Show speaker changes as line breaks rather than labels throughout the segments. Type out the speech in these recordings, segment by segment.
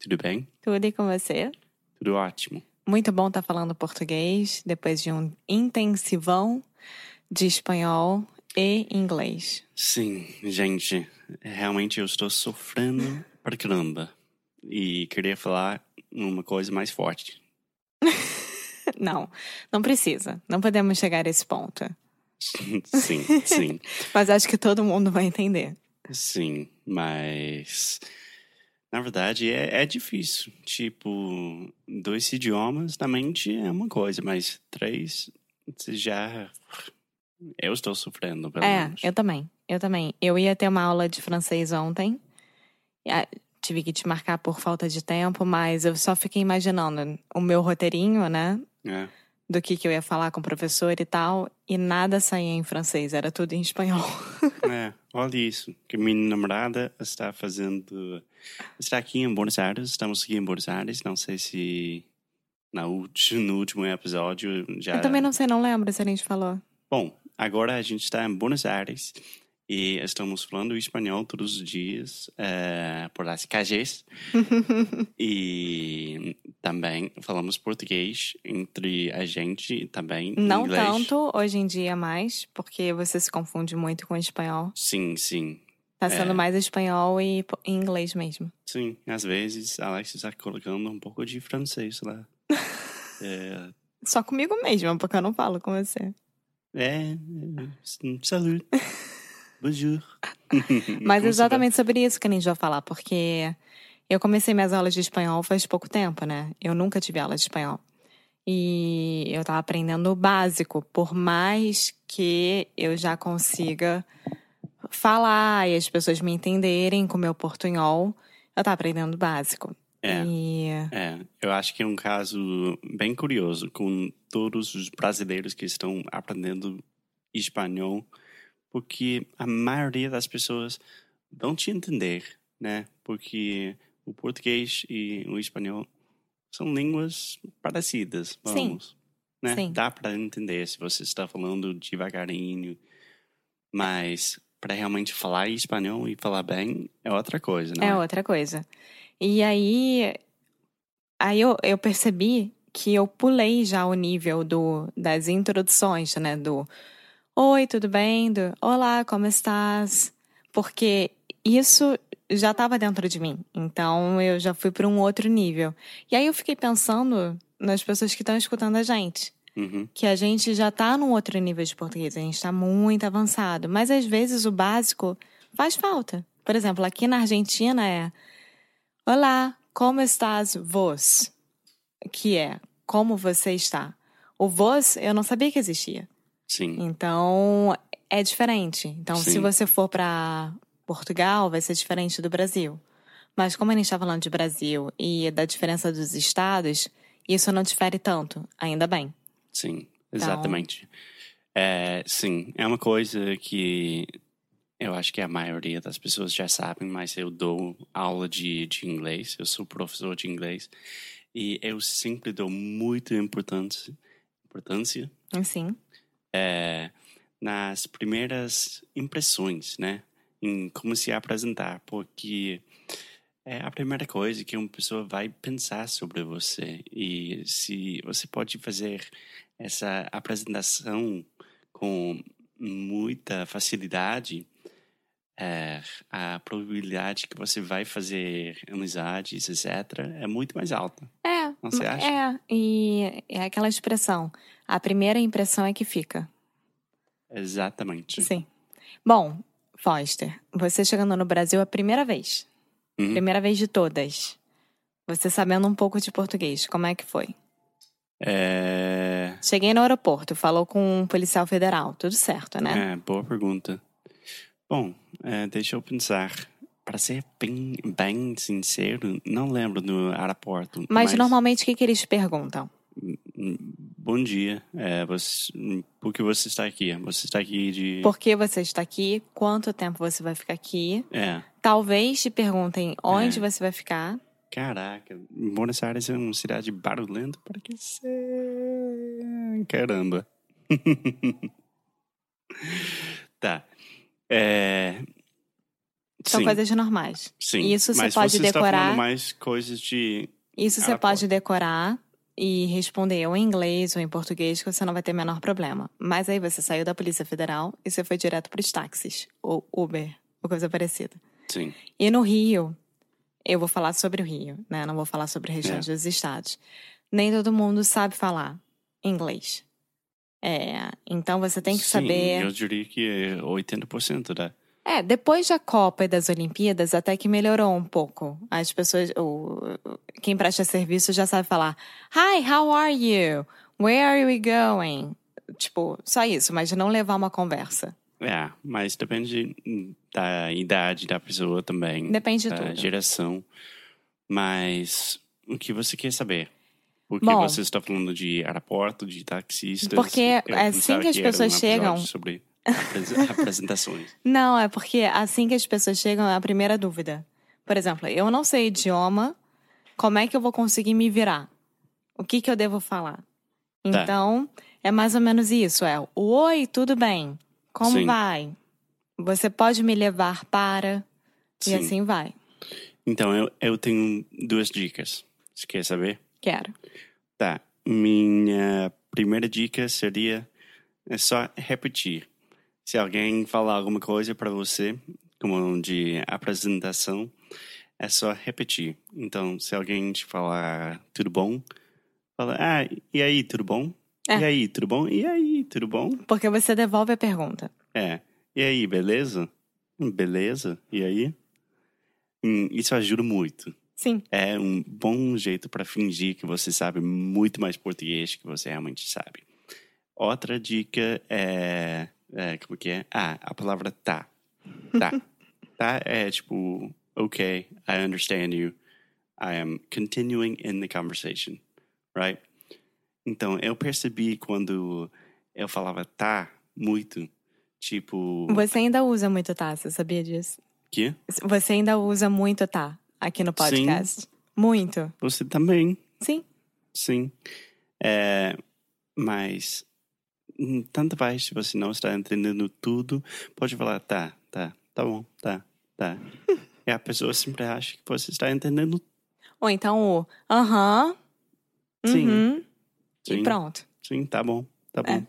Tudo bem?
Tudo e com você?
Tudo ótimo.
Muito bom estar falando português depois de um intensivão de espanhol e inglês.
Sim, gente, realmente eu estou sofrendo pra caramba. E queria falar uma coisa mais forte.
Não, não precisa. Não podemos chegar a esse ponto.
sim, sim,
Mas acho que todo mundo vai entender.
sim, mas. Na verdade, é, é difícil. Tipo, dois idiomas na mente é uma coisa, mas três, você já. Eu estou sofrendo, pelo
É,
menos.
eu também. Eu também. Eu ia ter uma aula de francês ontem. e, ah, Tive que te marcar por falta de tempo, mas eu só fiquei imaginando o meu roteirinho, né?
É.
Do que, que eu ia falar com o professor e tal. E nada saía em francês, era tudo em espanhol.
É, olha isso. Que minha namorada está fazendo. Está aqui em Buenos Aires, estamos aqui em Buenos Aires. Não sei se na ulti- no último episódio já.
Eu também não sei, não lembro se a gente falou.
Bom, agora a gente está em Buenos Aires e estamos falando espanhol todos os dias eh, por as cajas. e também falamos português entre a gente e também
Não
inglês.
tanto hoje em dia mais, porque você se confunde muito com espanhol.
Sim, sim.
Tá sendo
É.
mais espanhol e po- e inglês mesmo.
Sim, às vezes Alex está colocando um pouco de francês lá. é,
Só comigo mesmo, porque eu não falo com você.
é, é, salut, bonjour.
Mas
Como se
exatamente sobre isso que a gente vai falar, porque eu comecei minhas aulas de espanhol faz pouco tempo, né? Eu nunca tive aula de espanhol. E eu tava aprendendo o básico, por mais que eu já consiga falar e as pessoas me entenderem com o meu portunhol, eu tava aprendendo o básico.
É.
E
É, eu acho que é um caso bem curioso com todos os brasileiros que estão aprendendo espanhol, porque a maioria das pessoas vão te entender, né? Porque o português e o espanhol são línguas parecidas,
Sim.
vamos. Né?
Sim.
Dá para entender se você está falando devagarinho, mas para realmente falar espanhol e falar bem é outra coisa, não
É
é?
outra coisa. E aí, aí eu, eu percebi que eu pulei já o nível do, das introduções, né? Do Oi, tudo bem? Do Olá, como estás? Porque isso já estava dentro de mim. Então eu já fui para um outro nível. E aí eu fiquei pensando nas pessoas que estão escutando a gente
Uhum.
que a gente já tá num outro nível de português, a gente tá muito avançado, mas às vezes o básico faz falta. Por exemplo, aqui na Argentina é Olá, como estás vos? Que é como você está. O vos eu não sabia que existia.
Sim.
Então é diferente. Então se
Sim.
você for para Portugal, vai ser diferente do Brasil. Mas como a gente está falando de Brasil e da diferença dos estados, isso não difere tanto, ainda bem.
Sim, exatamente. É, sim, é uma coisa que eu acho que a maioria das pessoas já sabem, mas eu dou aula de, de inglês, eu sou professor de inglês e eu sempre dou muita importância, importância
Sim.
é, nas primeiras impressões, né? Em como se apresentar, porque é a primeira coisa que uma pessoa vai pensar sobre você. E se você pode fazer essa apresentação com muita facilidade, é, a probabilidade que você vai fazer amizades, etc., é muito mais alta.
É.
Não, você acha?
É, e é aquela expressão. A primeira impressão é que fica.
Exatamente.
Sim. Bom, Foster, você chegando no Brasil a primeira vez.
Uhum.
Primeira vez de todas. Você sabendo um pouco de português, como é que foi?
É...
Cheguei no aeroporto, falou com um policial federal, tudo certo, né?
é, boa pergunta. Bom, é, deixa eu pensar. Para ser bem, bem sincero, não lembro do aeroporto. hum,
Mas, normalmente o que, que eles perguntam?
Bom dia. É, você, por que você está aqui? Você está aqui de.
Por que você está aqui? Quanto tempo você vai ficar aqui?
É.
Talvez te perguntem onde
É.
você vai ficar.
Caraca, Buenos Aires é uma cidade barulhenta para que ser. Caramba. tá. É...
São
sim,
coisas normais.
sim.
Então, isso você
Mas
pode
você Está
decorar.
falando mais coisas de.
Isso você
Ah,
pode decorar e responder ou em inglês ou em português, que você não vai ter menor problema. Mas aí você saiu da Polícia Federal e você foi direto para os táxis, ou Uber, ou coisa parecida.
Sim.
E no Rio, eu vou falar sobre o Rio, né? Não vou falar sobre regiões dos estados. Nem todo mundo sabe falar inglês. É, então você tem que
Sim,
saber.
Eu diria que é 80% da.
É, depois da Copa e das Olimpíadas, até que melhorou um pouco. As pessoas, o, quem presta serviço já sabe falar: Hi, how are you? Where are we going? Tipo, só isso, mas não levar uma conversa.
É, mas depende da idade da pessoa também.
Depende de
da
tudo.
geração. Mas o que você quer saber? Porque
Bom.
você está falando de aeroporto, de taxistas.
Porque
Eu
assim
pensava
que as
era
pessoas
um
chegam-
episódio Sobre apres- apresentações.
Não, é porque assim que as pessoas chegam, é a primeira dúvida. Por exemplo, eu não sei idioma, como é que eu vou conseguir me virar? O que, que eu devo falar?
Tá.
Então, é mais ou menos isso. É, o oi, tudo bem? Como
Sim.
vai? Você pode me levar para?
Sim.
E assim vai.
Então, eu, eu tenho duas dicas. Você quer saber?
Quero.
Tá. Minha primeira dica seria é só repetir. Se alguém falar alguma coisa para você, como de apresentação, é só repetir. Então, se alguém te falar tudo bom, fala: "Ah, e aí, tudo bom?"
É.
E aí, tudo bom? E aí, tudo bom?
Porque você devolve a pergunta.
É. E aí, beleza? "Hum, Beleza? E aí? Hum, Isso ajuda muito.
Sim.
É um bom jeito para fingir que você sabe muito mais português que você realmente sabe. Outra dica é, é, como que é? Ah, a palavra tá. Tá. tá é tipo, okay, I understand you. I am continuing in the conversation, right? Então, eu percebi quando eu falava tá muito, tipo,
Você ainda usa muito tá, você sabia disso?
que?
Você ainda usa muito tá aqui no podcast. Muito.
Você também
Sim.
Sim. É, mas hum, tanto faz se você não está entendendo tudo, pode falar, tá, tá, tá bom, tá, tá. e a pessoa sempre acha que você está entendendo
Ou então o aham.
Sim.
uhum,
sim,
E pronto.
sim, tá bom, tá bom.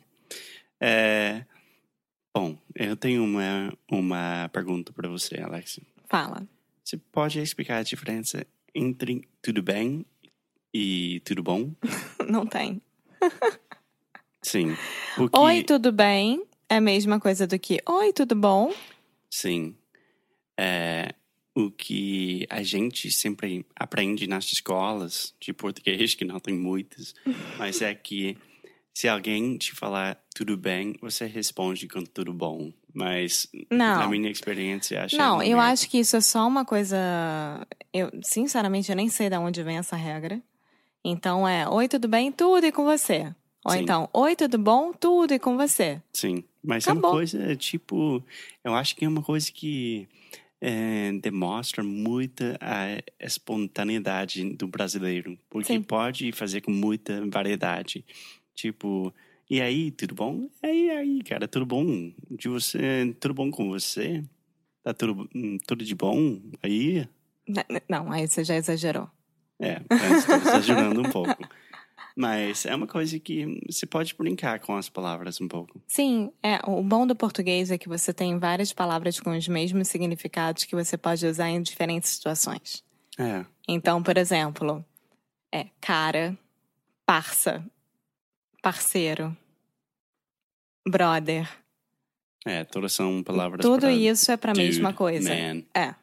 É, bom, eu tenho uma, uma pergunta para você, Alex.
Fala.
Você pode explicar a diferença entre tudo bem e tudo bom?
Não tem.
Sim. Porque...
Oi, tudo bem? É a mesma coisa do que oi, tudo bom?
Sim. É, o que a gente sempre aprende nas escolas de português, que não tem muitas, mas é que se alguém te falar tudo bem, você responde com tudo bom. Mas, na
Não.
minha experiência, acho
Não, eu
melhor.
acho que isso é só uma coisa. Eu, sinceramente, eu nem sei de onde vem essa regra. Então é oi, tudo bem? Tudo e com você. Ou
Sim.
então, oi, tudo bom? Tudo e com você.
Sim, mas é
Acabou.
uma coisa, tipo, eu acho que é uma coisa que é, demonstra muita a espontaneidade do brasileiro, porque
Sim.
pode fazer com muita variedade. Tipo, e aí, tudo bom? E aí, e aí, cara, tudo bom? De você, tudo bom com você? Tá tudo, hum, tudo de bom? Aí,
N- n- Não, aí você já exagerou.
é, mas tô exagerando um pouco. Mas é uma coisa que você pode brincar com as palavras um pouco.
Sim, é, o bom do português é que você tem várias palavras com os mesmos significados que você pode usar em diferentes situações.
É,
Então, por exemplo, é cara, parça, parceiro, brother,
É, todas são palavras
Tudo
pra
isso é pra
dude, né?
mesma coisa.
Man.
É.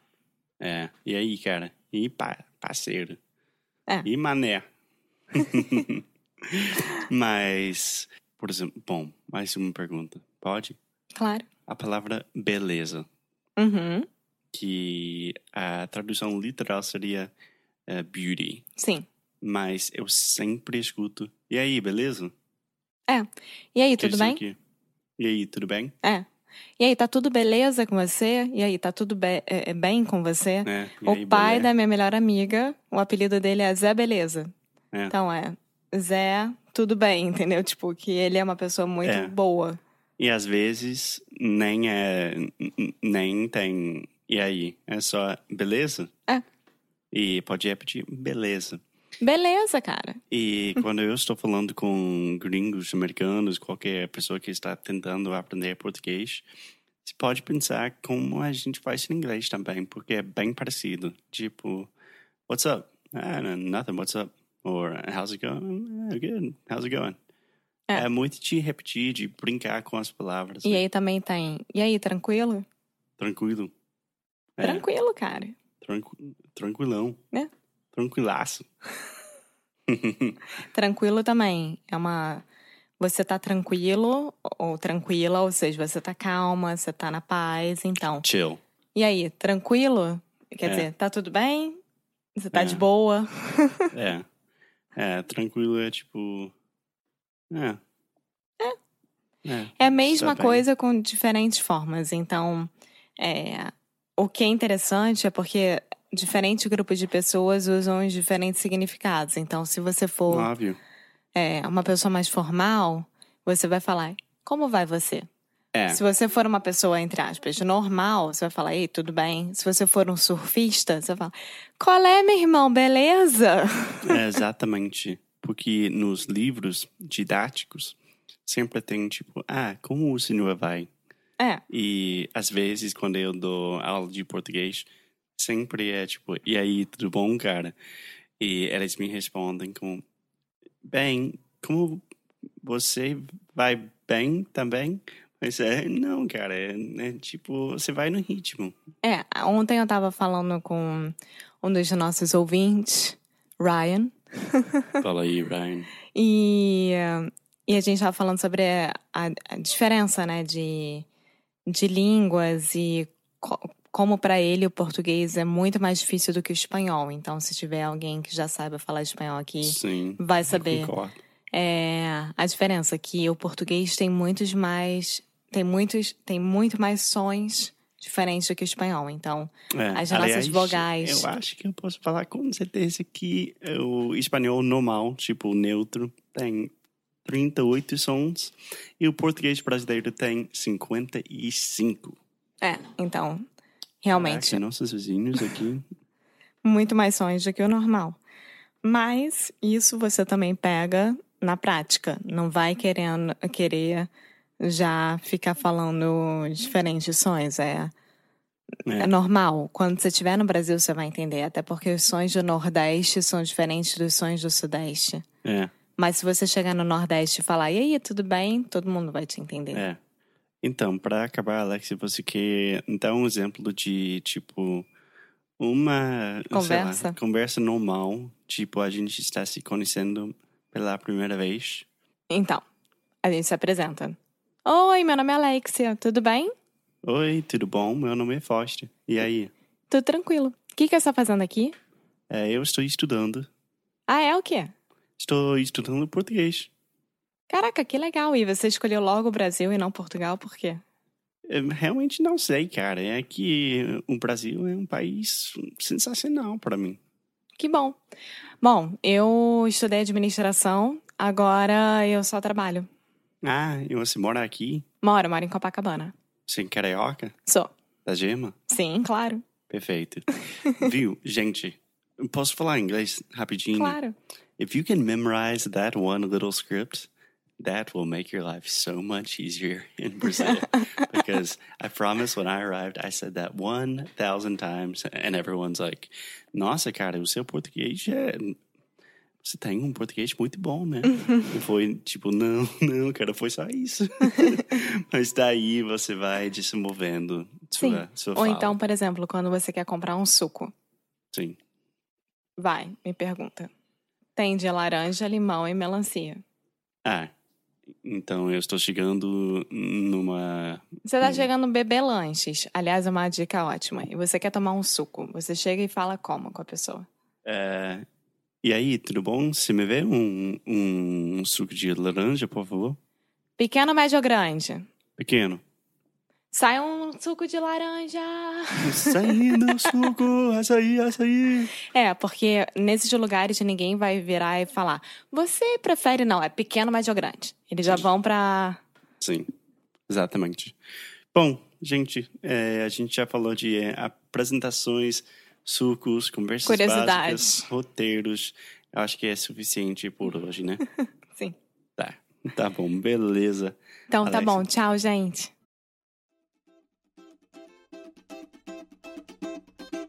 É. E aí, cara? E pa parceiro?
É.
E mané? mas, por exemplo, bom, mais uma pergunta. Pode?
Claro.
A palavra beleza,
Uhum.
que a tradução literal seria eh, beauty,
Sim.
mas eu sempre escuto. E aí, beleza?
E aí,
Quer
tudo
dizer
bem?
que- E aí, tudo bem?
E aí, tá tudo beleza com você? E aí, tá tudo be- é- é bem com você?
É, e aí,
O pai
beleza?
da minha melhor amiga, o apelido dele é Zé Beleza.
É.
Então é Zé, tudo bem, entendeu? Tipo, que ele é uma pessoa muito
É.
boa.
E às vezes nem é. n- n- Nem tem. E aí? É só beleza?
É.
E pode repetir, beleza.
Beleza, cara.
E quando eu estou falando com gringos, americanos, qualquer pessoa que está tentando aprender português, você pode pensar como a gente faz em inglês também, porque é bem parecido. Tipo, what's up? Ah, no- nothing, what's up? Or how's it going? Ah, good, how's it going?
É.
É. muito de repetir, de brincar com as palavras.
E
né?
aí também tem. E aí, tranquilo?
Tranquilo. É,
Tranquilo, cara.
tranqu- tranquilão.
Né?
Tranquilaço.
Tranquilo também. É uma. Você tá tranquilo ou tranquila, ou seja, você tá calma, você tá na paz, então.
Chill.
E aí, tranquilo? Quer
É.
dizer, tá tudo bem? Você tá
É.
de boa?
É. É, tranquilo é tipo. É. É.
É a mesma
bem.
coisa com diferentes formas. Então, é, o que é interessante é porque diferentes grupos de pessoas usam os diferentes significados. Então, se você for
Óbvio.
é, uma pessoa mais formal, você vai falar, como vai você?
É.
Se você for uma pessoa, entre aspas, normal, você vai falar, ei, tudo bem. Se você for um surfista, você vai falar, qual é, meu irmão, beleza?
é, exatamente. Porque nos livros didáticos sempre tem tipo, ah, como o senhor vai?
É,
E às vezes quando eu dou aula de português, sempre é tipo, e aí, tudo bom, cara? E eles me respondem com, bem, como você vai bem também? Mas é, não, cara, é, é tipo, você vai no ritmo.
é. Ontem eu tava falando com um dos nossos ouvintes, Ryan,
Fala aí, Ryan.
e, eh, e a gente tava falando sobre a, a diferença, né, de, de línguas e co- como pra ele o português é muito mais difícil do que o espanhol. Então, se tiver alguém que já saiba falar espanhol aqui,
Sim.
vai saber.
Concordo.
É, a diferença é que o português tem muitos mais. Tem muitos. Tem muito mais sons diferentes do que o espanhol. Então,
É,
As nossas
aliás,
vogais.
Eu acho que eu posso falar com certeza que o espanhol normal, tipo neutro, tem 38 sons e o português brasileiro tem 55.
é, então, realmente,
Caraca, nossos vizinhos aqui.
muito mais sons do que o normal. Mas isso você também pega na prática. Não vai querendo querer já ficar falando diferentes sons. É,
É.
é. normal. Quando você estiver no Brasil, você vai entender. Até porque os sons do Nordeste são diferentes dos sons do Sudeste.
é,
Mas se você chegar no Nordeste e falar, e aí, tudo bem? Todo mundo vai te entender.
é. Então, para acabar, Alex, você quer dar um exemplo de, tipo, uma sei lá,
Conversa.
conversa normal, tipo, a gente está se conhecendo pela primeira vez.
Então, a gente se apresenta. Oi, meu nome é Alexia, tudo bem?
Oi, tudo bom? Meu nome é Foster. E aí?
Tudo tranquilo. O que, que você tá fazendo aqui?
É, eu estou estudando.
Ah, é o quê?
Estou estudando português.
Caraca, que legal. E você escolheu logo o Brasil e não Portugal, por quê?
Eu realmente não sei, cara. É que o Brasil é um país sensacional para mim.
Que bom. Bom, eu estudei administração, agora eu só trabalho.
Ah, e você mora aqui?
Moro, moro em Copacabana.
Você é carioca?
Sou.
Da gema?
Sim, claro.
Perfeito. Viu, gente? Posso falar inglês rapidinho?
Claro.
If you can memorize that one little script, that will make your life so much easier in Brazil. because I promise when I arrived, I said that 1,000 times, and everyone's like, Nossa, cara, o seu português é. você tem um português muito bom, né? E foi tipo, não, não, cara, foi só isso. Mas daí você vai desenvolvendo sua, sua
Ou
fala.
então, por exemplo, quando você quer comprar um suco,
Sim.
vai, me pergunta. Tem de laranja, limão e melancia.
Ah, então eu estou chegando numa...
Você tá chegando bebê lanches. Aliás, é uma dica ótima. E você quer tomar um suco. Você chega e fala como com a pessoa.
eh, E aí, tudo bom? Você me vê um, um suco de laranja, por favor?
Pequeno, médio ou grande?
Pequeno.
Sai um suco de laranja!
Açaí do suco, açaí, açaí.
É, porque nesses lugares ninguém vai virar e falar: você prefere não, é pequeno, médio ou grande. Eles já vão pra.
Sim, exatamente. Bom, gente, eh, a gente já falou de eh, apresentações, sucos, conversas
Curiosidades.
básicas, roteiros. Eu acho que é suficiente por hoje, né?
Sim.
Tá, tá bom, beleza.
Então tá
Alexa.
bom, tchau, gente.